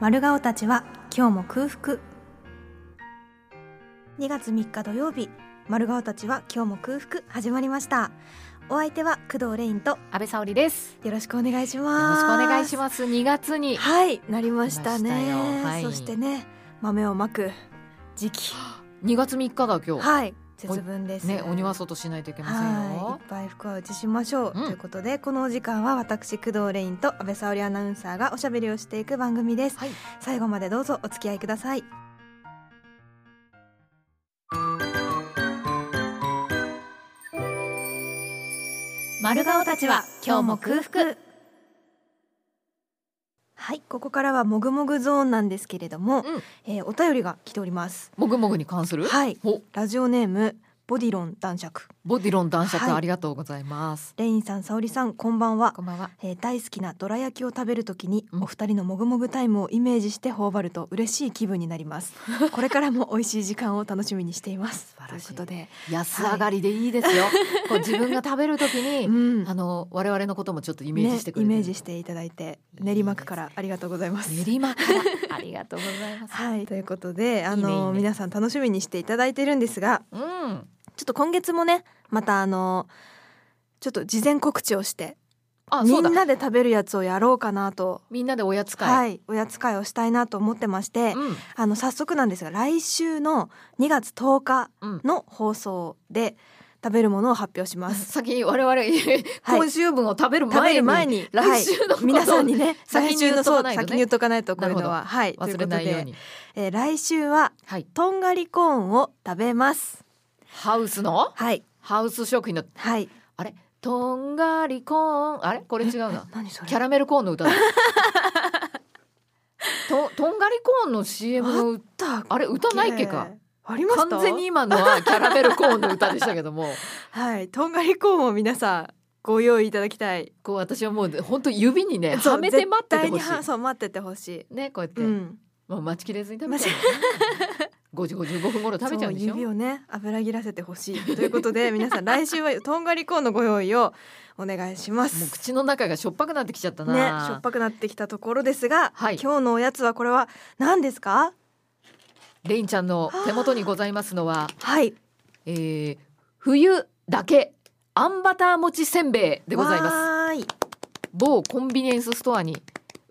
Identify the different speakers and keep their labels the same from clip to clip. Speaker 1: 丸顔たちは今日も空腹2月3日土曜日丸顔たちは今日も空腹始まりましたお相手は工藤レインと
Speaker 2: 安倍沙織です。
Speaker 1: よろしくお願いし
Speaker 2: よろ
Speaker 1: ま
Speaker 2: し
Speaker 1: す
Speaker 2: くお願いします。2月に
Speaker 1: はいなりました
Speaker 2: な
Speaker 1: ね
Speaker 2: りましたよはい
Speaker 1: そしてね豆をまく時期
Speaker 2: 2月3日が今日、
Speaker 1: はい節分です
Speaker 2: ねお庭外しないといけません
Speaker 1: は
Speaker 2: よ
Speaker 1: い、いっ。ぱい福は打ちしましょう、
Speaker 2: うん
Speaker 1: ということでこのお時間は私工藤レインと安倍沙織アナウンサーがおしゃべりをしていく番組です
Speaker 2: はい。
Speaker 1: 最後までどうぞお付き合いください
Speaker 2: 丸顔たちは今日も空腹
Speaker 1: はいここからはもぐもぐゾーンなんですけれども、
Speaker 2: うん
Speaker 1: えーお便りが来ております
Speaker 2: もぐもぐに関する。
Speaker 1: はい
Speaker 2: お
Speaker 1: ラジオネームボディロン男爵
Speaker 2: ボディロン男爵、
Speaker 1: はい
Speaker 2: ありがとうございます。
Speaker 1: レインさん沙織さんこんばんは
Speaker 2: こんばんは。
Speaker 1: えー大好きなどら焼きを食べるときに
Speaker 2: うん
Speaker 1: お二人のもぐもぐタイムをイメージして頬張ると嬉しい気分になります これからも美味しい時間を楽しみにしています
Speaker 2: 素晴らしい
Speaker 1: ということで、
Speaker 2: 安上がりでいいですよ。 こう自分が食べるときに、
Speaker 1: ん
Speaker 2: あの我々のこともちょっとイメージしてく
Speaker 1: ね
Speaker 2: れてる、
Speaker 1: イメージしていただいて練馬区からありがとうございます
Speaker 2: 練馬からありがとうございます。
Speaker 1: はいということであの
Speaker 2: いいねいいね
Speaker 1: 皆さん楽しみにしていただいてるんですが
Speaker 2: うん。
Speaker 1: ちょっと今月もねまたあのちょっと事前告知をして
Speaker 2: あ、
Speaker 1: み
Speaker 2: そうんだ。
Speaker 1: なで食べるやつをやろうかなと
Speaker 2: みんなでおやつ会。
Speaker 1: はい、おやつ会をしたいなと思ってまして、
Speaker 2: うん。
Speaker 1: あの早速なんですが来週の2月10日
Speaker 2: うん。
Speaker 1: の放送で食べるものを発表します。
Speaker 2: 先に我々、 今週分を食べる
Speaker 1: 食べ
Speaker 2: 前
Speaker 1: る
Speaker 2: に
Speaker 1: 前に
Speaker 2: 来週のことを
Speaker 1: はい、皆さんにね
Speaker 2: 先に
Speaker 1: 来週
Speaker 2: 言
Speaker 1: の
Speaker 2: っと
Speaker 1: そう
Speaker 2: かないとね
Speaker 1: 先に言っとかないとこういうのははい
Speaker 2: 忘れないよう
Speaker 1: とい
Speaker 2: に。
Speaker 1: うことで、えー来週は
Speaker 2: はい。
Speaker 1: とんがりコーンを食べます。
Speaker 2: ハウスの
Speaker 1: はい
Speaker 2: ハウス食品の
Speaker 1: はい。
Speaker 2: あれとんがりコーンあれこれ違う な
Speaker 1: 何それ？
Speaker 2: キャラメルコーンの歌だととんがりコーンの CM の歌
Speaker 1: だっ
Speaker 2: あれ歌ないっけか。
Speaker 1: ありました。
Speaker 2: 完全に今 のはキャラメルコーンの歌でしたけども
Speaker 1: はいとんがりコーンを皆さんご用意いただきたい。
Speaker 2: こう私はもう本当指にね
Speaker 1: そう
Speaker 2: はめて待っててほし
Speaker 1: 絶対にはそう待っててほしい。
Speaker 2: いねこうやって、
Speaker 1: うん。
Speaker 2: もう待ちきれずに食べちゃう5時55分 頃食べちゃうんでし
Speaker 1: そ指
Speaker 2: ょ
Speaker 1: をね油切らせてほしいということで皆さん来週はとんがりコーンのご用意をお願いします
Speaker 2: もう口の中がしょっぱくなってきちゃったな、
Speaker 1: ねしょっぱくなってきたところですが、
Speaker 2: はい
Speaker 1: 今日のおやつはこれは何ですか
Speaker 2: レインちゃんの手元にございますのは
Speaker 1: はい
Speaker 2: えー、冬だけあんバター餅せんべいでございます
Speaker 1: す
Speaker 2: 某コンビニエンスストアに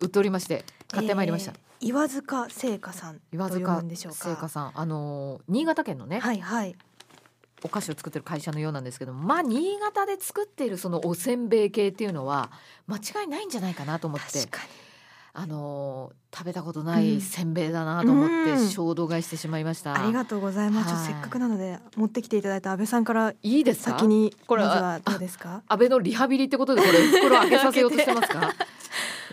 Speaker 2: 売っておりまして買ってまいりまし
Speaker 1: え
Speaker 2: た、
Speaker 1: ー岩塚製菓さん
Speaker 2: 岩
Speaker 1: どう読
Speaker 2: 塚
Speaker 1: むんでしょうか
Speaker 2: 製菓さんあのー新潟県のね、
Speaker 1: はいはい
Speaker 2: お菓子を作ってる会社のようなんですけどもまあ新潟で作っているそのおせんべい系っていうのは間違いないんじゃないかなと思って
Speaker 1: 確か
Speaker 2: あのー食べたことな
Speaker 1: うん
Speaker 2: いせんべいだなと思っ
Speaker 1: うん
Speaker 2: て衝動買いしてしまいました、
Speaker 1: にありがとうございます、ちょっと
Speaker 2: はい
Speaker 1: せっかくなので持ってきていただいた安倍さんから
Speaker 2: いいですか
Speaker 1: 先に
Speaker 2: これ
Speaker 1: まずはどうですか
Speaker 2: 安倍のリハビリってことでこれ袋開けさせようとしてますか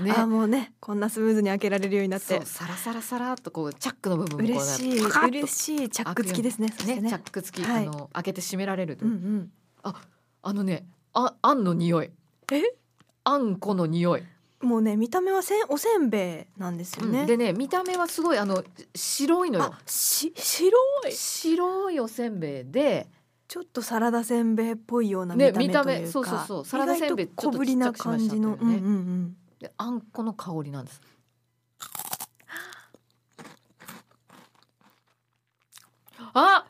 Speaker 2: ね
Speaker 1: あもうねこんなスムーズに開けられるようになっ
Speaker 2: そ
Speaker 1: て
Speaker 2: うサラサラサラっとこうチャックの部分もこ
Speaker 1: 嬉
Speaker 2: うな
Speaker 1: しい
Speaker 2: パカッと
Speaker 1: 嬉しいチャック付きですねそして
Speaker 2: ね
Speaker 1: ね
Speaker 2: チャック付き、
Speaker 1: はい
Speaker 2: あの開けて閉められると
Speaker 1: う
Speaker 2: い
Speaker 1: ん
Speaker 2: う、
Speaker 1: うん
Speaker 2: あのねああんの匂い
Speaker 1: え
Speaker 2: あんこの匂い、
Speaker 1: もうね見た目はせんおせんべいなんですよね。
Speaker 2: でね見た目はすごいあの白いのよ
Speaker 1: あし白い
Speaker 2: 白いおせんべいで
Speaker 1: ちょっとサラダせんべいっぽいような見
Speaker 2: ね
Speaker 1: た目というか、
Speaker 2: 見た目そうそうそうサラダせんべい
Speaker 1: 意外と小ぶりな感じの、
Speaker 2: ちょっとちっちゃ
Speaker 1: う
Speaker 2: くしましたよ
Speaker 1: んうんうん
Speaker 2: であんこの香りなんですあ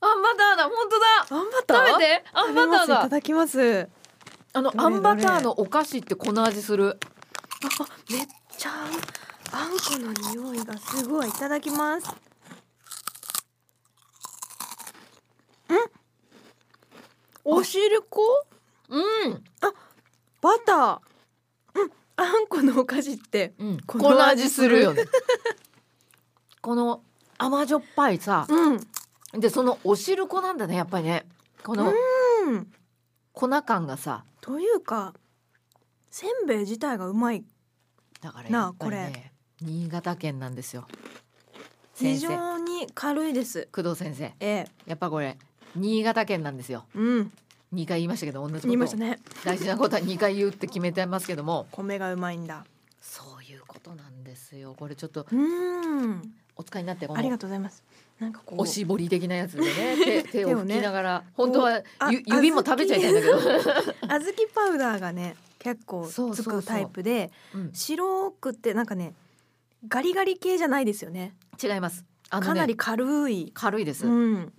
Speaker 2: あんバターだ本当だ
Speaker 1: あんバター
Speaker 2: 食べてあんバタ
Speaker 1: 食べますいた
Speaker 2: ーだ
Speaker 1: だきますめ
Speaker 2: あの
Speaker 1: どれ
Speaker 2: あんバターのお菓子ってこの味する
Speaker 1: っちゃあんこの匂いがすごいいただきますんおしるこ
Speaker 2: うん、
Speaker 1: バターうんあんこのお菓子って
Speaker 2: うん、
Speaker 1: こ
Speaker 2: こ
Speaker 1: の
Speaker 2: の味するよね この甘じょっぱいさ
Speaker 1: うん
Speaker 2: でそのお汁粉なんだねやっぱりねこの
Speaker 1: うん
Speaker 2: 粉感がさ
Speaker 1: というかせんべい自体がうまい
Speaker 2: だから
Speaker 1: なあ
Speaker 2: やっぱりね新潟県なんですよ
Speaker 1: 非
Speaker 2: 先生
Speaker 1: 常に軽いです。
Speaker 2: 工藤先生
Speaker 1: ええ、
Speaker 2: やっぱこれ新潟県なんですよ
Speaker 1: うん、
Speaker 2: 2回言いましたけど同じ
Speaker 1: 言いま
Speaker 2: こと
Speaker 1: した
Speaker 2: を、
Speaker 1: ね。
Speaker 2: 大事なことは2回言うって決めてますけども
Speaker 1: 米がうまいんだ。
Speaker 2: そういうことなんですよこれちょっと
Speaker 1: うん、
Speaker 2: お使いになってこ
Speaker 1: あり
Speaker 2: の
Speaker 1: がとうございます。なんかこう、
Speaker 2: おしぼり的なやつ でね手手
Speaker 1: 手
Speaker 2: を
Speaker 1: をね
Speaker 2: 拭きながら、本当は
Speaker 1: あ
Speaker 2: ゆ指も食べちゃいたいんだけど、
Speaker 1: 小豆パウダーがね、結構
Speaker 2: そう
Speaker 1: つ
Speaker 2: そうそ
Speaker 1: く
Speaker 2: う
Speaker 1: タイプで、
Speaker 2: うん
Speaker 1: 白くてなんかね、ガリガリ系じゃないですよね。
Speaker 2: 違いますあの、ね、
Speaker 1: かなり軽い。
Speaker 2: 軽いです、
Speaker 1: うん。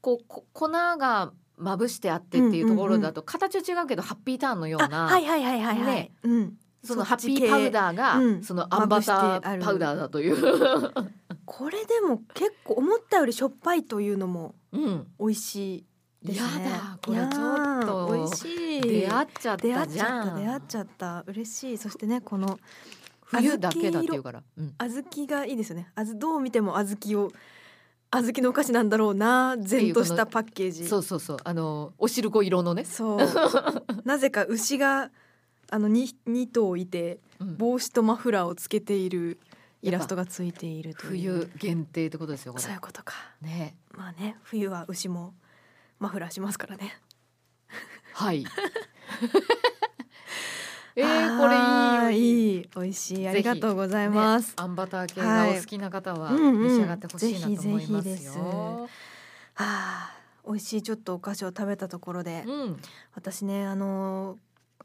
Speaker 2: こうこ粉がまぶしてあってっていうところだと、形は違うけどハッピーターンのよう
Speaker 1: あ、
Speaker 2: な、
Speaker 1: はいはいはいはいはい。
Speaker 2: ね
Speaker 1: うん。
Speaker 2: その
Speaker 1: そ
Speaker 2: ハ
Speaker 1: っ
Speaker 2: ッ
Speaker 1: ち
Speaker 2: ピ
Speaker 1: 系
Speaker 2: ーパウダーが、
Speaker 1: うん
Speaker 2: そのアン
Speaker 1: ま
Speaker 2: バタ
Speaker 1: ぶしてあ
Speaker 2: ー
Speaker 1: る
Speaker 2: パウダーだという、
Speaker 1: これでも結構思ったよりしょっぱいというのも
Speaker 2: うん、
Speaker 1: 美味しいです
Speaker 2: や
Speaker 1: ね。
Speaker 2: だこれ
Speaker 1: いや
Speaker 2: ちょっ
Speaker 1: ー美
Speaker 2: と
Speaker 1: 味しい。
Speaker 2: 出会っちゃった
Speaker 1: 出
Speaker 2: じ
Speaker 1: 会っちゃった
Speaker 2: ゃん
Speaker 1: 出会っちゃった嬉しい。そしてねこの
Speaker 2: 冬だけだっていうから、うん、
Speaker 1: 小豆がいいですよね。あずどう見ても小豆を小豆のお菓子なんだろうな然としたパッケージ。
Speaker 2: そうそうそうあのおしるこ色のね、
Speaker 1: そう。なぜか牛があのに二頭いて
Speaker 2: うん
Speaker 1: 帽子とマフラーをつけているイラストがついているという。
Speaker 2: 冬限定ってことですよこ
Speaker 1: そういう
Speaker 2: れ
Speaker 1: ことか。
Speaker 2: ね
Speaker 1: まあね冬は牛もマフラーしますからね。
Speaker 2: はい えー、これいい
Speaker 1: あー
Speaker 2: よ
Speaker 1: いい美味しいありがとうございます
Speaker 2: ね。アンバター系がお好きな方
Speaker 1: は
Speaker 2: は
Speaker 1: いうんうん
Speaker 2: 召し上がってほしいなと思いま
Speaker 1: ぜひぜ
Speaker 2: す
Speaker 1: ひ
Speaker 2: よ。
Speaker 1: ですあー美味しいちょっとお菓子を食べたところで、
Speaker 2: うん、
Speaker 1: 私ねあのー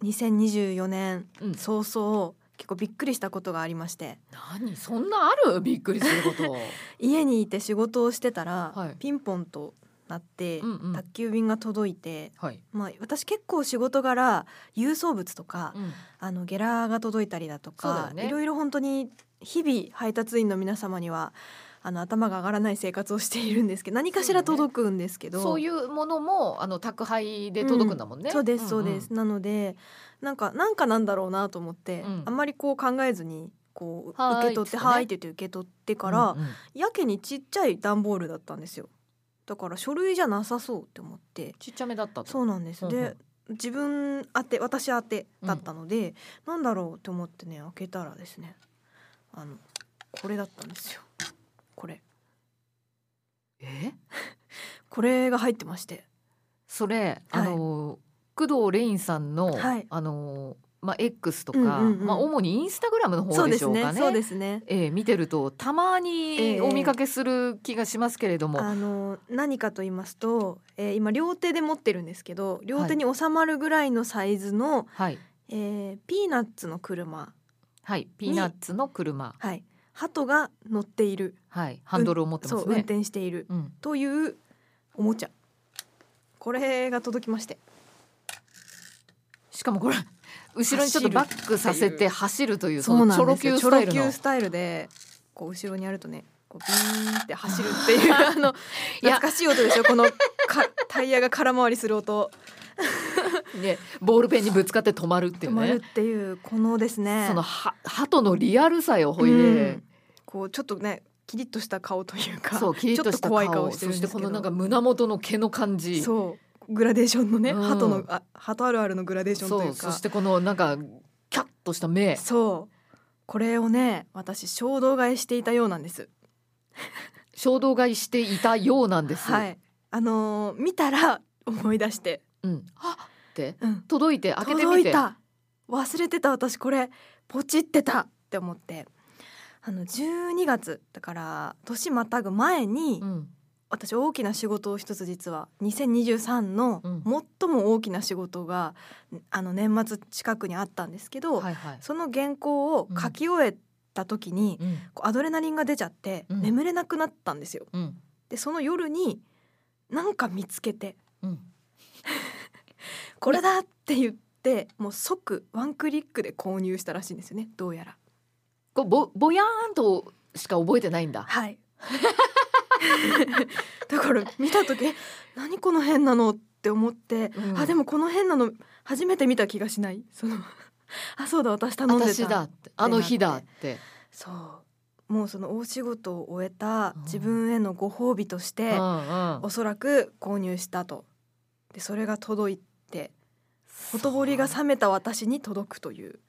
Speaker 1: 2024年
Speaker 2: うん、
Speaker 1: 早々結構びっくりしたことがありまして
Speaker 2: 何そんなあるびっくりす ること。
Speaker 1: 家にいて仕事をしてたら、
Speaker 2: はい
Speaker 1: ピンポンとなって、
Speaker 2: うんうん
Speaker 1: 宅急便が届いて、
Speaker 2: はい。
Speaker 1: まあ、私結構仕事柄郵送物とか、
Speaker 2: うん、
Speaker 1: あのゲラが届いたりだと
Speaker 2: そうだ
Speaker 1: か
Speaker 2: よね
Speaker 1: いろいろ本当に日々配達員の皆様にはあの頭が上がらない生活をしているんですけ ど何かしら
Speaker 2: そうだね
Speaker 1: 届くんですけど
Speaker 2: そういうものもあの宅配で届くんだもんね。
Speaker 1: そうですそ
Speaker 2: ん
Speaker 1: うんです、。なのでなんかなんかなんだろうなと思って、
Speaker 2: うん
Speaker 1: あんまりこう考えずにこう
Speaker 2: はーい
Speaker 1: 受け取って「
Speaker 2: っつってね
Speaker 1: はーい」って言って受け取ってから、
Speaker 2: うんうん
Speaker 1: やけにちっちゃい段ボールだったんですよだから書類じゃなさそうって思って
Speaker 2: ちっちゃめだったと。
Speaker 1: そうなんです、
Speaker 2: うんうん
Speaker 1: で自分宛て私宛てだったので、なんだろうって思ってね開けたらですねあのこれだったんですよこれ
Speaker 2: え？
Speaker 1: これが入ってまして
Speaker 2: それあの、工藤レインさんの、
Speaker 1: はい
Speaker 2: あのまあ X とか、
Speaker 1: うんうんうん
Speaker 2: まあ主にインスタグラムの
Speaker 1: そ
Speaker 2: 方
Speaker 1: う
Speaker 2: で
Speaker 1: で
Speaker 2: し
Speaker 1: す
Speaker 2: ょう
Speaker 1: ね
Speaker 2: かね。
Speaker 1: そうですね
Speaker 2: えー見てるとたまに
Speaker 1: ええ
Speaker 2: お見かけする気がしますけれども、
Speaker 1: あの何かと言いますと、えー今両手で持ってるんですけど両手に収まるぐらいのサイズの、
Speaker 2: はい
Speaker 1: えーピーナッツの車
Speaker 2: はいピーナッツの車
Speaker 1: はい鳩が乗っている
Speaker 2: はいハンドルを持ってま
Speaker 1: そう
Speaker 2: す
Speaker 1: 運
Speaker 2: ね。
Speaker 1: 転している
Speaker 2: うん、
Speaker 1: というおもちゃこれが届きまして
Speaker 2: しかもこれ後ろにちょっとバックさせて走るというそ
Speaker 1: そう
Speaker 2: の
Speaker 1: な
Speaker 2: チョ
Speaker 1: ん
Speaker 2: ロ
Speaker 1: です
Speaker 2: Q
Speaker 1: よチ
Speaker 2: ス
Speaker 1: ョ
Speaker 2: タ
Speaker 1: ロ
Speaker 2: イル
Speaker 1: Q
Speaker 2: の
Speaker 1: スタイルでこう後ろにあるとねこうビーンって走るって いうあの
Speaker 2: いや
Speaker 1: 懐かしい音ですよこのかタイヤが空回りする音
Speaker 2: ねボールペンにぶつかって止まるってい
Speaker 1: 止
Speaker 2: う
Speaker 1: まる
Speaker 2: ね
Speaker 1: っていうこのですね
Speaker 2: そのは鳩のリアルさよほいで、
Speaker 1: うんこうちょっとねキリッとした顔というか
Speaker 2: そうキリッとした
Speaker 1: ちょっと怖
Speaker 2: 顔
Speaker 1: い顔してる
Speaker 2: そ
Speaker 1: ん
Speaker 2: し
Speaker 1: で
Speaker 2: て
Speaker 1: すけ
Speaker 2: こ
Speaker 1: ど
Speaker 2: のなんか胸元の毛の感じ
Speaker 1: そうグラデーションのね、
Speaker 2: うん
Speaker 1: 鳩のあ鳩あるあるのグラデーションと
Speaker 2: そ
Speaker 1: いうう
Speaker 2: そ
Speaker 1: か
Speaker 2: してこのなんかキャッとした目
Speaker 1: そうこれをね私衝動買いしていたようなんです
Speaker 2: 衝動買いしていたようなんです、
Speaker 1: はいあのー見たら思い出して
Speaker 2: うん、あって
Speaker 1: うん
Speaker 2: 届いて開けてみ
Speaker 1: 届い
Speaker 2: て
Speaker 1: た忘れてた私これポチってたって思ってあの12月だから年またぐ前に、
Speaker 2: うん
Speaker 1: 私大きな仕事を一つ実は2023の
Speaker 2: うん
Speaker 1: 最も大きな仕事が、あの年末近くにあったんですけど、
Speaker 2: はいはい、
Speaker 1: その原稿を書き終えた時に、
Speaker 2: うん
Speaker 1: こうアドレナリンが出ちゃって、
Speaker 2: うん
Speaker 1: 眠れなくなったんですよ。
Speaker 2: うん
Speaker 1: でその夜になんか見つけて
Speaker 2: うん、
Speaker 1: これだって言ってもう即ワンクリックで購入したらしいんですよねどうやら。
Speaker 2: こうぼぼやーんとしか覚えてないんだ
Speaker 1: はい だから見た時え「何この変なの?」って思って
Speaker 2: うん
Speaker 1: あでもこの変なの初めて見た気がしないその あそうだ私頼んでた
Speaker 2: 私だってあの日だって
Speaker 1: そうもうその大仕事を終えた
Speaker 2: うん
Speaker 1: 自分へのご褒美とし
Speaker 2: う
Speaker 1: て、
Speaker 2: んうん
Speaker 1: おそらく購入したとでそれが届いてほとぼりが冷めた私に届くという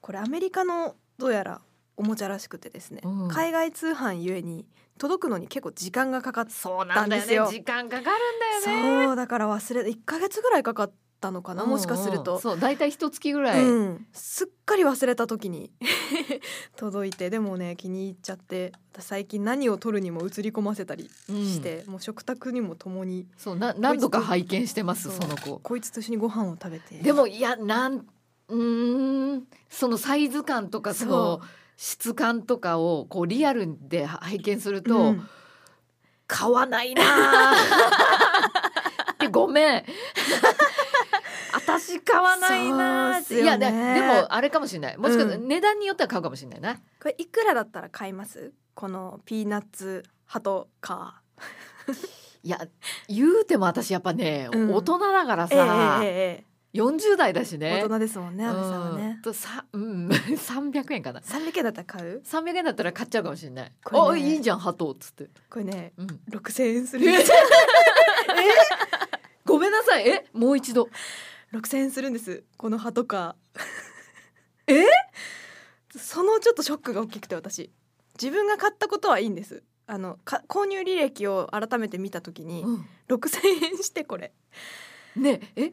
Speaker 1: これアメリカのどうやらおもちゃらしくてですね、
Speaker 2: うん
Speaker 1: 海外通販ゆえに届くのに結構時間がかかって
Speaker 2: そうな
Speaker 1: た
Speaker 2: んだよ
Speaker 1: ん
Speaker 2: ね
Speaker 1: ですよ
Speaker 2: 時間かかるんだよね
Speaker 1: そうだから忘れ1ヶ月ぐらいかかったのかな、もしかする
Speaker 2: うん
Speaker 1: と
Speaker 2: うんそう大体一月ぐらい、
Speaker 1: うん、すっかり忘れた時に 届いてでもね気に入っちゃって私最近何を取るにも映り込ませたり
Speaker 2: うん
Speaker 1: して、もう食卓にも共に
Speaker 2: そうな何度か拝見してます
Speaker 1: そう
Speaker 2: その子
Speaker 1: こいつと一緒にご飯を食べて
Speaker 2: でもいやなんうーんそのサイズ感とかその質感とかをこうリアルで拝見すると、
Speaker 1: うん
Speaker 2: 買わないなあってごめん私買わないなあって
Speaker 1: そうっすよね
Speaker 2: いやででもあれかもしれないもしかしたら
Speaker 1: う
Speaker 2: 値段によっては買うかもしれないな、
Speaker 1: これいくらだったら買いますこのピーナッツハトカ
Speaker 2: いや言うても私やっぱね、
Speaker 1: うん
Speaker 2: 大人だから
Speaker 1: ー
Speaker 2: さ、
Speaker 1: えええ
Speaker 2: 40代だし
Speaker 1: えええ
Speaker 2: ね
Speaker 1: 大人ですもんね安部さんは
Speaker 2: うん
Speaker 1: ね
Speaker 2: とさ、うん、300円かな
Speaker 1: 300円だったら買う
Speaker 2: 300円だったら買っちゃうかもしれない
Speaker 1: これね
Speaker 2: あいいじゃんハトっつって、
Speaker 1: これね
Speaker 2: うん、
Speaker 1: 6000円す
Speaker 2: え
Speaker 1: る
Speaker 2: ごめんなさいえもう一度
Speaker 1: 6000円するんですこのハトカー
Speaker 2: え
Speaker 1: そのちょっとショックが大きくて私自分が買ったことはいいんですあのか購入履歴を改めて見た時に
Speaker 2: うん
Speaker 1: 6000円してこれ
Speaker 2: ねえ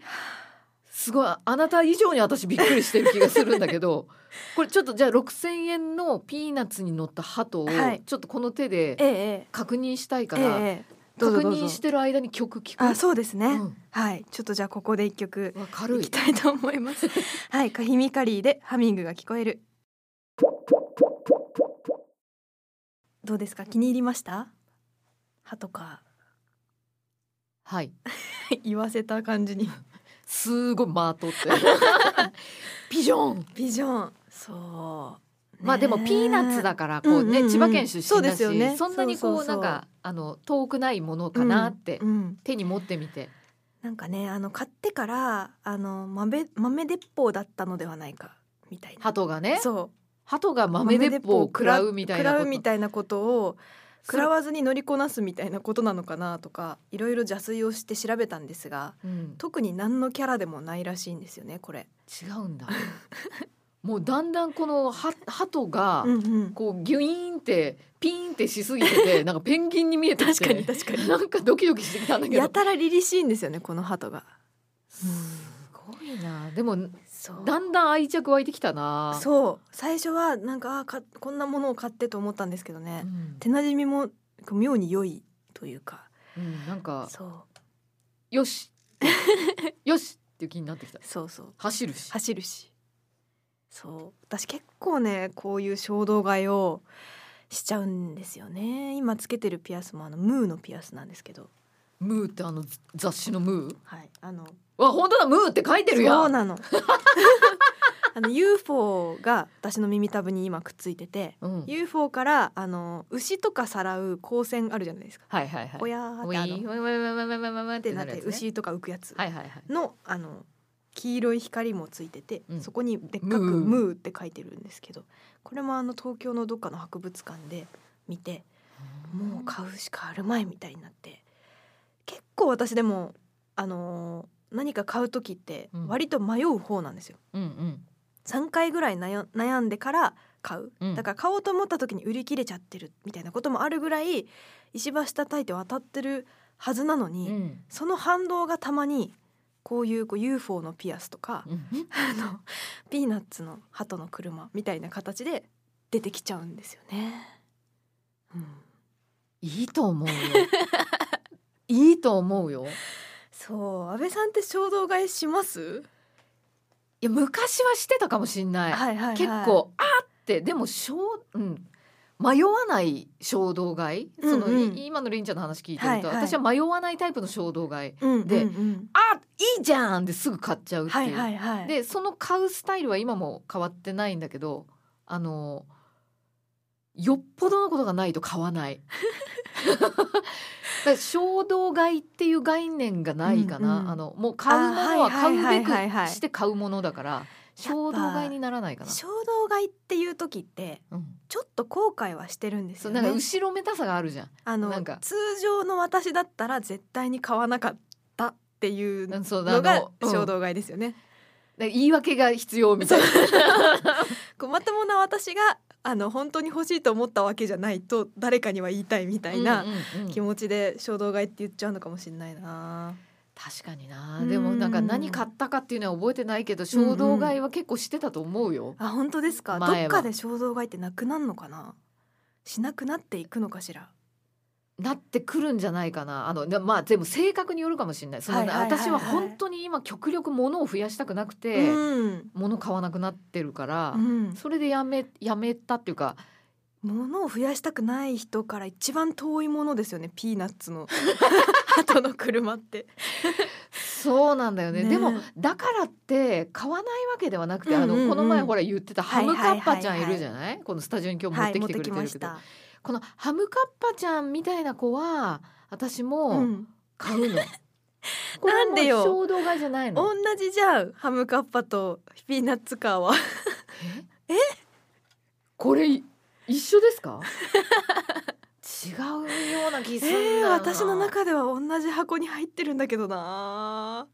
Speaker 2: すごいあなた以上に私びっくりしてる気がするんだけ どこれちょっとじゃあ6,000円のピーナッツに乗った鳩を
Speaker 1: はい
Speaker 2: ちょっとこの手で
Speaker 1: ええ
Speaker 2: 確認したい
Speaker 1: え
Speaker 2: か
Speaker 1: え
Speaker 2: ら、
Speaker 1: ええどうぞ
Speaker 2: 確
Speaker 1: どうぞ
Speaker 2: 認してる間に曲聴く
Speaker 1: あそうですね、
Speaker 2: うん
Speaker 1: はいちょっとじゃあここで一曲
Speaker 2: うわ
Speaker 1: い
Speaker 2: 軽い
Speaker 1: きたいと思います。 はい、カヒミカリーでハミングが聞こえる。どうですか、気に入りました。歯とか
Speaker 2: はい
Speaker 1: 言わせた感じに。
Speaker 2: すごいマ ートってピジョン
Speaker 1: ビジョン、そう。ね
Speaker 2: まあでもピーナッツだ。からこ
Speaker 1: う
Speaker 2: うね、
Speaker 1: んうんうん
Speaker 2: 千葉県出身
Speaker 1: そうで
Speaker 2: だ
Speaker 1: す
Speaker 2: しそ,、
Speaker 1: よね
Speaker 2: んなにこう
Speaker 1: そうそうそう
Speaker 2: なんかあの遠くないものかなって、
Speaker 1: うん、
Speaker 2: 手に持ってみて
Speaker 1: なんかね、あの買ってから、あの豆、豆鉄砲だったのではないか。みたいな。
Speaker 2: 鳩がね
Speaker 1: そう、
Speaker 2: 鳩が豆鉄砲を食らうみた
Speaker 1: 食
Speaker 2: いなこ
Speaker 1: ら
Speaker 2: と
Speaker 1: うみたいなことを。食らわずに乗りこなすみたいなことなのかなとかいろいろ邪推をして調べたんですが
Speaker 2: うん
Speaker 1: 特に何のキャラでもないらしいんですよねこれ。
Speaker 2: 違うんだもうだんだんこのは鳩が
Speaker 1: うんうん、
Speaker 2: こうギュイーンってピーンってしすぎててなんかペンギンに見えてき
Speaker 1: 確か
Speaker 2: て
Speaker 1: に 確かに
Speaker 2: なんかドキドキしてきたんだけど
Speaker 1: やたら凛々しいんですよねこの鳩が。
Speaker 2: すごいなでも
Speaker 1: そう
Speaker 2: だんだん愛着湧いてきたな
Speaker 1: そう最初はなんかあーかこんなものを買ってと思ったんですけどね、
Speaker 2: ん
Speaker 1: 手なじみも妙に良いというか
Speaker 2: うんなんか
Speaker 1: そう
Speaker 2: よしよしっていう気になってきた
Speaker 1: そうそう
Speaker 2: 走るし
Speaker 1: 走るしそう私結構ねこういう衝動買いをしちゃうんですよね今つけてるピアスもあのムーのピアスなんですけど
Speaker 2: ムーってあの雑誌のムー
Speaker 1: はいあの
Speaker 2: わ本当だムーって書いてるや
Speaker 1: そうんなの。 あの UFO が私の耳たぶに今くっついてて、
Speaker 2: うん、はい
Speaker 1: UFO からあの牛とかさらう光線あるじゃないですか。
Speaker 2: はいはい
Speaker 1: おやーっ
Speaker 2: ウ
Speaker 1: て
Speaker 2: ィ
Speaker 1: あ
Speaker 2: ーン
Speaker 1: のっ
Speaker 2: ウィーンウィーンウィーンウィーンウィーンってて
Speaker 1: な
Speaker 2: な
Speaker 1: っ
Speaker 2: るや
Speaker 1: て
Speaker 2: つね
Speaker 1: 牛とか浮くやつ
Speaker 2: はいはいはい
Speaker 1: のあの黄色い光もついてて、
Speaker 2: うん
Speaker 1: そこにでっかく
Speaker 2: ムー
Speaker 1: ムーって書いてるんですけど、これもあの東京のどっかの博物館で見て、もう買うしかあるまいみたいになって、結構私でもあのー何か買う時って
Speaker 2: うん
Speaker 1: 割と迷う方なんですよ。
Speaker 2: うんうん
Speaker 1: 3回ぐらい悩悩んでから買う、
Speaker 2: うん
Speaker 1: だから買おうと思った時に売り切れちゃってるみたいなこともあるぐらい石橋叩いて渡ってるはずなのに、
Speaker 2: うん
Speaker 1: その反動がたまにこういうこう UFO のピアスとか、
Speaker 2: うん
Speaker 1: あのピーナッツの鳩の車みたいな形で出てきちゃうんですよね。うん、
Speaker 2: いいと思うよいいと思うよ
Speaker 1: そう安倍さんって衝動買いします、
Speaker 2: いや昔はしてたかもしんない、
Speaker 1: はいはいはい、
Speaker 2: 結構あーってでもしょう、うん、迷わない衝動買い、そ
Speaker 1: うんう
Speaker 2: の
Speaker 1: ん
Speaker 2: い今のりんちゃんの話聞いてると、
Speaker 1: はいはい
Speaker 2: 私は迷わないタイプの衝動買い
Speaker 1: うんうんうん、
Speaker 2: であいいじゃんですぐ買っちゃうって、
Speaker 1: はいいうはいはい。
Speaker 2: でその買うスタイルは今も変わってないんだけどあのよっぽどのことがないと買わない だから衝動買いっていう概念がないかな、
Speaker 1: うんうん
Speaker 2: あのもう買うもの
Speaker 1: あ
Speaker 2: は
Speaker 1: は
Speaker 2: 買
Speaker 1: いはいう
Speaker 2: べ
Speaker 1: はいはいはい
Speaker 2: くして買うものだから衝動買いにならないかな、
Speaker 1: 衝動買いっていう時って
Speaker 2: うん、
Speaker 1: ちょっと後悔はしてるんです
Speaker 2: そ
Speaker 1: よ
Speaker 2: う
Speaker 1: ね。
Speaker 2: なんか後ろめたさがあるじゃん、
Speaker 1: あの
Speaker 2: なんか
Speaker 1: 通常の私だったら絶対に買わなかったっていう
Speaker 2: う
Speaker 1: の
Speaker 2: ん、そう
Speaker 1: が
Speaker 2: あうん
Speaker 1: 衝
Speaker 2: だか
Speaker 1: 動買いですよね。
Speaker 2: ら言い訳が必要みたいな
Speaker 1: こうまともな私があの本当に欲しいと思ったわけじゃないと誰かには言いたいみたいな
Speaker 2: うんうんうん
Speaker 1: 気持ちで衝動買いって言っちゃうのかもしれないな。
Speaker 2: 確かに
Speaker 1: う
Speaker 2: なんでもなんか何買ったかっていうのは覚えてないけど衝動買いは結構してたと思うよ、
Speaker 1: あ本当ですか。ど
Speaker 2: 前は
Speaker 1: っかで衝動買いってなくなるのかな。しなくなっていくのかしら。
Speaker 2: なってくるんじゃないかなあのでまあ全部性格によるかもしれないその、
Speaker 1: はいはいはいはい
Speaker 2: 私は本当に今極力物を増やしたくなくて、
Speaker 1: うん
Speaker 2: 物買わなくなってるから
Speaker 1: う、ん、
Speaker 2: それでやめやめたっていうか
Speaker 1: 物を増やしたくない人から一番遠いものですよねピーナッツ の後の車って。
Speaker 2: そうなんだよね
Speaker 1: ね
Speaker 2: でもだからって買わないわけではなくて、
Speaker 1: うんうん
Speaker 2: あ
Speaker 1: うん
Speaker 2: のこの前ほら言ってたハ
Speaker 1: はい
Speaker 2: ム
Speaker 1: はいは
Speaker 2: カ
Speaker 1: いはい
Speaker 2: ッパちゃんいるじゃない,、このスタジオに今日持ってきてくれてるけど、。このハムカッパちゃんみたいな子は私
Speaker 1: う
Speaker 2: も
Speaker 1: ん、
Speaker 2: 買うの、これ
Speaker 1: な
Speaker 2: はもうん
Speaker 1: でよ
Speaker 2: 衝動買いじゃないの
Speaker 1: 同じじゃんハムカッパとピーナッツカーは。
Speaker 2: これい一緒ですか違うような気
Speaker 1: え
Speaker 2: するんだよ
Speaker 1: ー、
Speaker 2: な、
Speaker 1: 私の中では同じ箱に入ってるんだけどな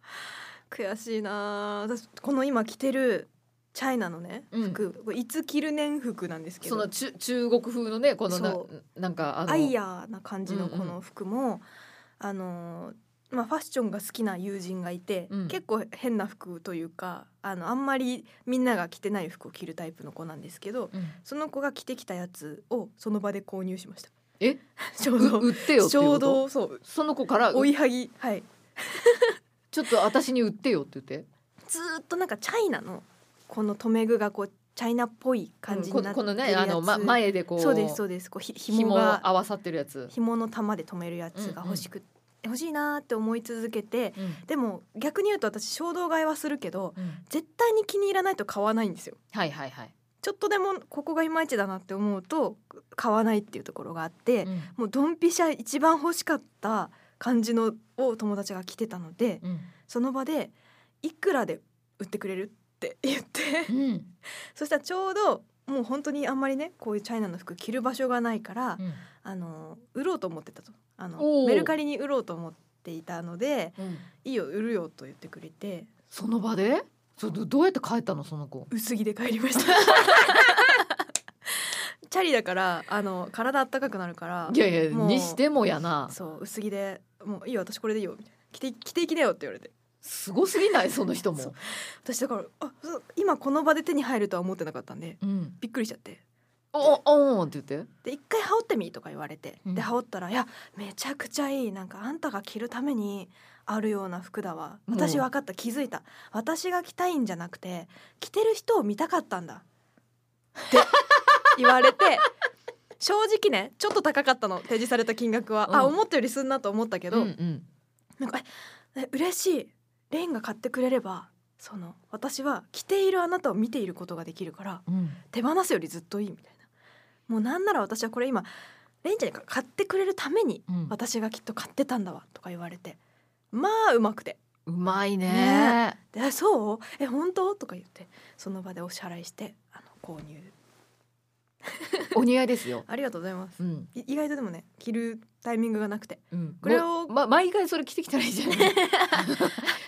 Speaker 1: 悔しいな私この今着てるチャイナのね
Speaker 2: うん
Speaker 1: 服、これいつ着る年服なんですけ
Speaker 2: そ
Speaker 1: ど
Speaker 2: の中中国風のねこのな
Speaker 1: そ
Speaker 2: なんかあの
Speaker 1: アイヤーな感じの
Speaker 2: うんう
Speaker 1: こ
Speaker 2: ん
Speaker 1: の服も、あのーまあ、ファッションが好きな友人がいて、
Speaker 2: うん
Speaker 1: 結構変な服というかあのあんまりみんなが着てない服を着るタイプの子なんですけど
Speaker 2: うん
Speaker 1: その子が着てきたやつをその場で購入しました。
Speaker 2: え
Speaker 1: ちょうど
Speaker 2: う売ってよって
Speaker 1: ち
Speaker 2: いう
Speaker 1: ょ
Speaker 2: こ
Speaker 1: う
Speaker 2: と
Speaker 1: どそう
Speaker 2: その子から
Speaker 1: 追いはぎはい
Speaker 2: ちょっと私に売ってよって言って
Speaker 1: ずーっとなんかチャイナのこの留め具がこうチャイナっぽい感じにな
Speaker 2: うん
Speaker 1: って
Speaker 2: こ
Speaker 1: る
Speaker 2: の
Speaker 1: や
Speaker 2: こ
Speaker 1: つ、
Speaker 2: のねあの、ま、前でこう
Speaker 1: そうですそうですこうひ紐
Speaker 2: 紐
Speaker 1: が
Speaker 2: 合わさってるやつ、
Speaker 1: 紐の玉で留めるやつが欲しく、欲しいなーって思い続けて
Speaker 2: うん
Speaker 1: でも逆に言うと私衝動買いはするけど
Speaker 2: うん
Speaker 1: 絶対に気に入らないと買わないんですよ
Speaker 2: はいはいはい、
Speaker 1: ちょっとでもここがいまいちだなって思うと買わないっていうところがあって、
Speaker 2: うん
Speaker 1: もうドンピシャ一番欲しかった感じのを友達が来てたので
Speaker 2: うん
Speaker 1: その場で「いくらで売ってくれる?」って 言って
Speaker 2: うん
Speaker 1: そしたらちょうどもう本当にあんまりねこういうチャイナの服着る場所がないから、
Speaker 2: うん
Speaker 1: あの売ろうと思ってたとあ
Speaker 2: お
Speaker 1: の
Speaker 2: ー
Speaker 1: メルカリに売ろうと思っていたので
Speaker 2: うん
Speaker 1: 「いいよ売るよ」と言ってくれて
Speaker 2: その場でそれどどうやって帰ったのその子
Speaker 1: 薄着で帰りま した。チャリだからあの体あったかくなるから
Speaker 2: いやいや
Speaker 1: もう
Speaker 2: にしてもやな
Speaker 1: そう薄着で「もういいよ私これでいいよ」みたいな「着て着ていきなよ」って言われて
Speaker 2: すごすぎないその人も
Speaker 1: そう私だからあそう今この場で手に入るとは思ってなかったんで
Speaker 2: うん
Speaker 1: びっくりしちゃって
Speaker 2: おおんって言って
Speaker 1: で一回羽織ってみとか言われて、
Speaker 2: うん
Speaker 1: で羽織ったら「いやめちゃくちゃいいなんかあんたが着るためにあるような服だわ
Speaker 2: うん
Speaker 1: 私分かった気づいた私が着たいんじゃなくて着てる人を見たかったんだ」って言われ て正直ねちょっと高かったの提示された金額は、あ
Speaker 2: うん
Speaker 1: 思ったよりすんなと思ったけ
Speaker 2: け
Speaker 1: ど、
Speaker 2: うんうん
Speaker 1: なんかええ嬉しいレインが買ってくれればその私は着ているあなたを見ていることができるから
Speaker 2: うん
Speaker 1: 手放すよりずっといいみたいなもうなんなら私はこれ今レインちゃんが買ってくれるために
Speaker 2: うん
Speaker 1: 私がきっと買ってたんだわとか言われてまあうまくて
Speaker 2: うまいね
Speaker 1: ね「でえそうえ本当?」とか言ってその場でお支払いしてあの購入
Speaker 2: お似合いですよ
Speaker 1: ありがとうございます
Speaker 2: うん
Speaker 1: い意外とでもね着るタイミングがなくて
Speaker 2: うん
Speaker 1: これを
Speaker 2: もうま毎回それ着てきたらいいじゃない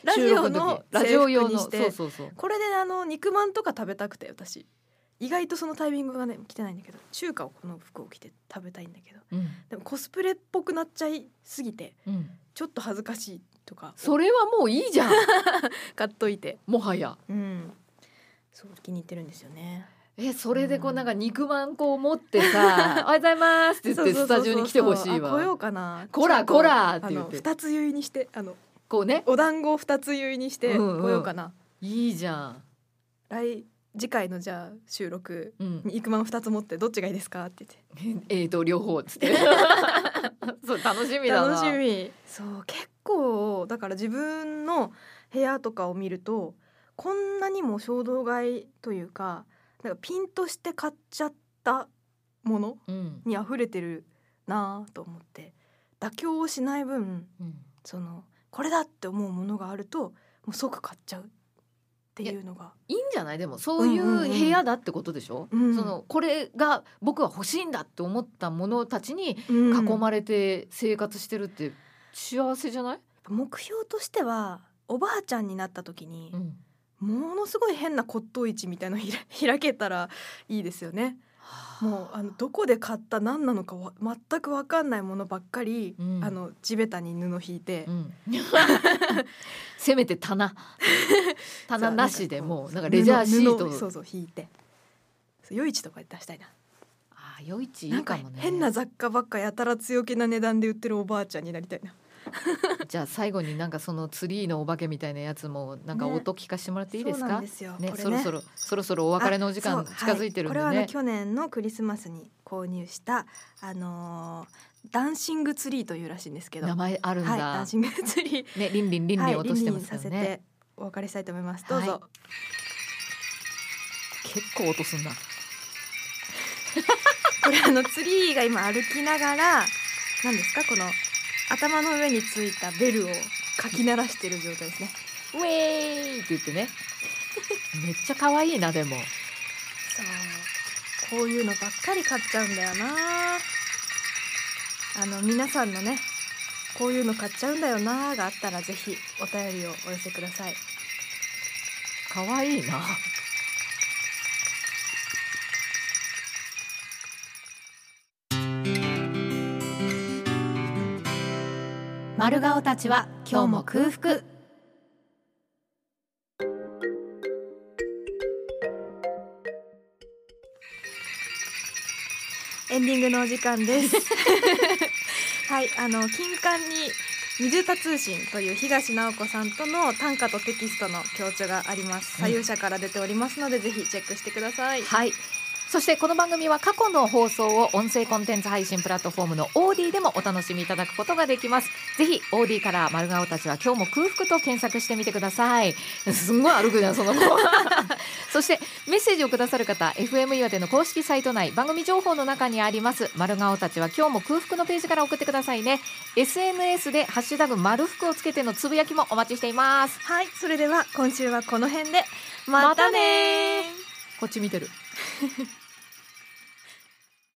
Speaker 1: ラジオの
Speaker 2: ラジオ
Speaker 1: 制
Speaker 2: 用
Speaker 1: 服に
Speaker 2: の
Speaker 1: して
Speaker 2: そうそうそう
Speaker 1: これであの肉まんとか食べたくて私意外とそのタイミングがね来てないんだけど中華をこの服を着て食べたいんだけど
Speaker 2: うん
Speaker 1: でもコスプレっぽくなっちゃいすぎて
Speaker 2: うん
Speaker 1: ちょっと恥ずかしいとか
Speaker 2: それはもういいじゃん
Speaker 1: 買っといて
Speaker 2: もはや
Speaker 1: うんそう気に入ってるんですよね
Speaker 2: えそれでこ
Speaker 1: う
Speaker 2: うんなんか肉まんこう持って さ「おはようございます」って言って
Speaker 1: そうそ
Speaker 2: ス
Speaker 1: う
Speaker 2: タ
Speaker 1: そうそう
Speaker 2: ジオに来てほしい
Speaker 1: あ来よ
Speaker 2: わ
Speaker 1: うかな
Speaker 2: こら
Speaker 1: ちょっと
Speaker 2: こらって
Speaker 1: あ
Speaker 2: 言っ
Speaker 1: の
Speaker 2: て
Speaker 1: 二つ結いにしてあの
Speaker 2: こうね
Speaker 1: お団子を二つ結いにして来
Speaker 2: うんうん
Speaker 1: ようかな、
Speaker 2: いいじゃん
Speaker 1: 来次回のじゃあ収録
Speaker 2: うん
Speaker 1: 肉まん二つ持ってどっちがいいですかって言って
Speaker 2: えーと両方っつって そう楽しみだな
Speaker 1: 楽しみそう結構だから自分の部屋とかを見るとこんなにも衝動買いというかなんかピンとして買っちゃったもの
Speaker 2: うん
Speaker 1: に溢れてるなぁと思って妥協をしない分
Speaker 2: うん
Speaker 1: そのこれだって思うものがあるともう即買っちゃうっていうのが
Speaker 2: いいんじゃないでもそうい
Speaker 1: んうんう
Speaker 2: ううん部屋だってことでしょ、
Speaker 1: うん
Speaker 2: そのこれが僕は欲しいんだって思ったものたちに
Speaker 1: 囲
Speaker 2: 囲まれて生活してるって幸せじゃない、
Speaker 1: 目標としてはおばあちゃんになった時に
Speaker 2: ん、
Speaker 1: ものすごい変な骨董市みたいのひら 開けたらいいですよね。もうあのどこで買った何なのかわ全く分かんないものばっかり、
Speaker 2: うん
Speaker 1: あの地べたに布引いて、
Speaker 2: うん、せめて 棚棚なしでもうなんか
Speaker 1: 布
Speaker 2: レジャーシー
Speaker 1: 布そう
Speaker 2: ト
Speaker 1: そう引いてそう夜市とかで出したいな
Speaker 2: あ通い地い
Speaker 1: ないんか
Speaker 2: かもね
Speaker 1: 変な雑貨ばっかやたら強気な値段で売ってるおばあちゃんになりたいな。
Speaker 2: じゃあ最後になんかそのツリーのお化けみたいなやつもなんか
Speaker 1: ね
Speaker 2: 音聞かしてもらっていいです
Speaker 1: そうな
Speaker 2: か
Speaker 1: んですよ。
Speaker 2: ね
Speaker 1: これ
Speaker 2: そろそろそろそろお別れのお時間
Speaker 1: あそう
Speaker 2: 近づいてるんでね、
Speaker 1: はい、これはあの去年のクリスマスに購入したあのーダンシングツリーというらしいんですけど、
Speaker 2: 名
Speaker 1: はい、
Speaker 2: 前あるんだ、
Speaker 1: ダンシングツリー
Speaker 2: ねリンリンリンリン落としてます
Speaker 1: は
Speaker 2: よ
Speaker 1: い、リンリンさせ
Speaker 2: ね、
Speaker 1: てお別れしたいと思います。どうぞ。
Speaker 2: は結構落とすんだ
Speaker 1: これあのツリーが今歩きながら何ですかこの頭の上についたベルをかき鳴らしてる状態ですね。
Speaker 2: ウェーイって言ってねめっちゃ可愛いなでも
Speaker 1: そうこういうのばっかり買っちゃうんだよなあの皆さんのねこういうの買っちゃうんだよながあったらぜひお便りをお寄せください
Speaker 2: 可愛いな
Speaker 1: 丸顔たちは
Speaker 2: 今日も空
Speaker 1: 腹エンディングのお時間です はいあの金刊に水田通信という東直子さんとの短歌とテキストの強調があります
Speaker 2: うん
Speaker 1: 左右者から出ておりますので、ぜひチェックしてください
Speaker 2: はいそしてこの番組は過去の放送を音声コンテンツ配信プラットフォームの OD でもお楽しみいただくことができますぜひ OD から丸顔たちは今日も空腹と検索してみてくださいすんごい歩くじゃんその子 そしてメッセージをくださる方 FM 岩手の公式サイト内番組情報の中にあります丸顔たちは今日も空腹のページから送ってくださいね SNS でハッシュタグ丸服をつけてのつぶやきもお待ちしています
Speaker 1: はいそれでは今週はこの辺で
Speaker 2: ま
Speaker 1: ま
Speaker 2: た
Speaker 1: た
Speaker 2: ね
Speaker 1: ね
Speaker 2: こっち見てる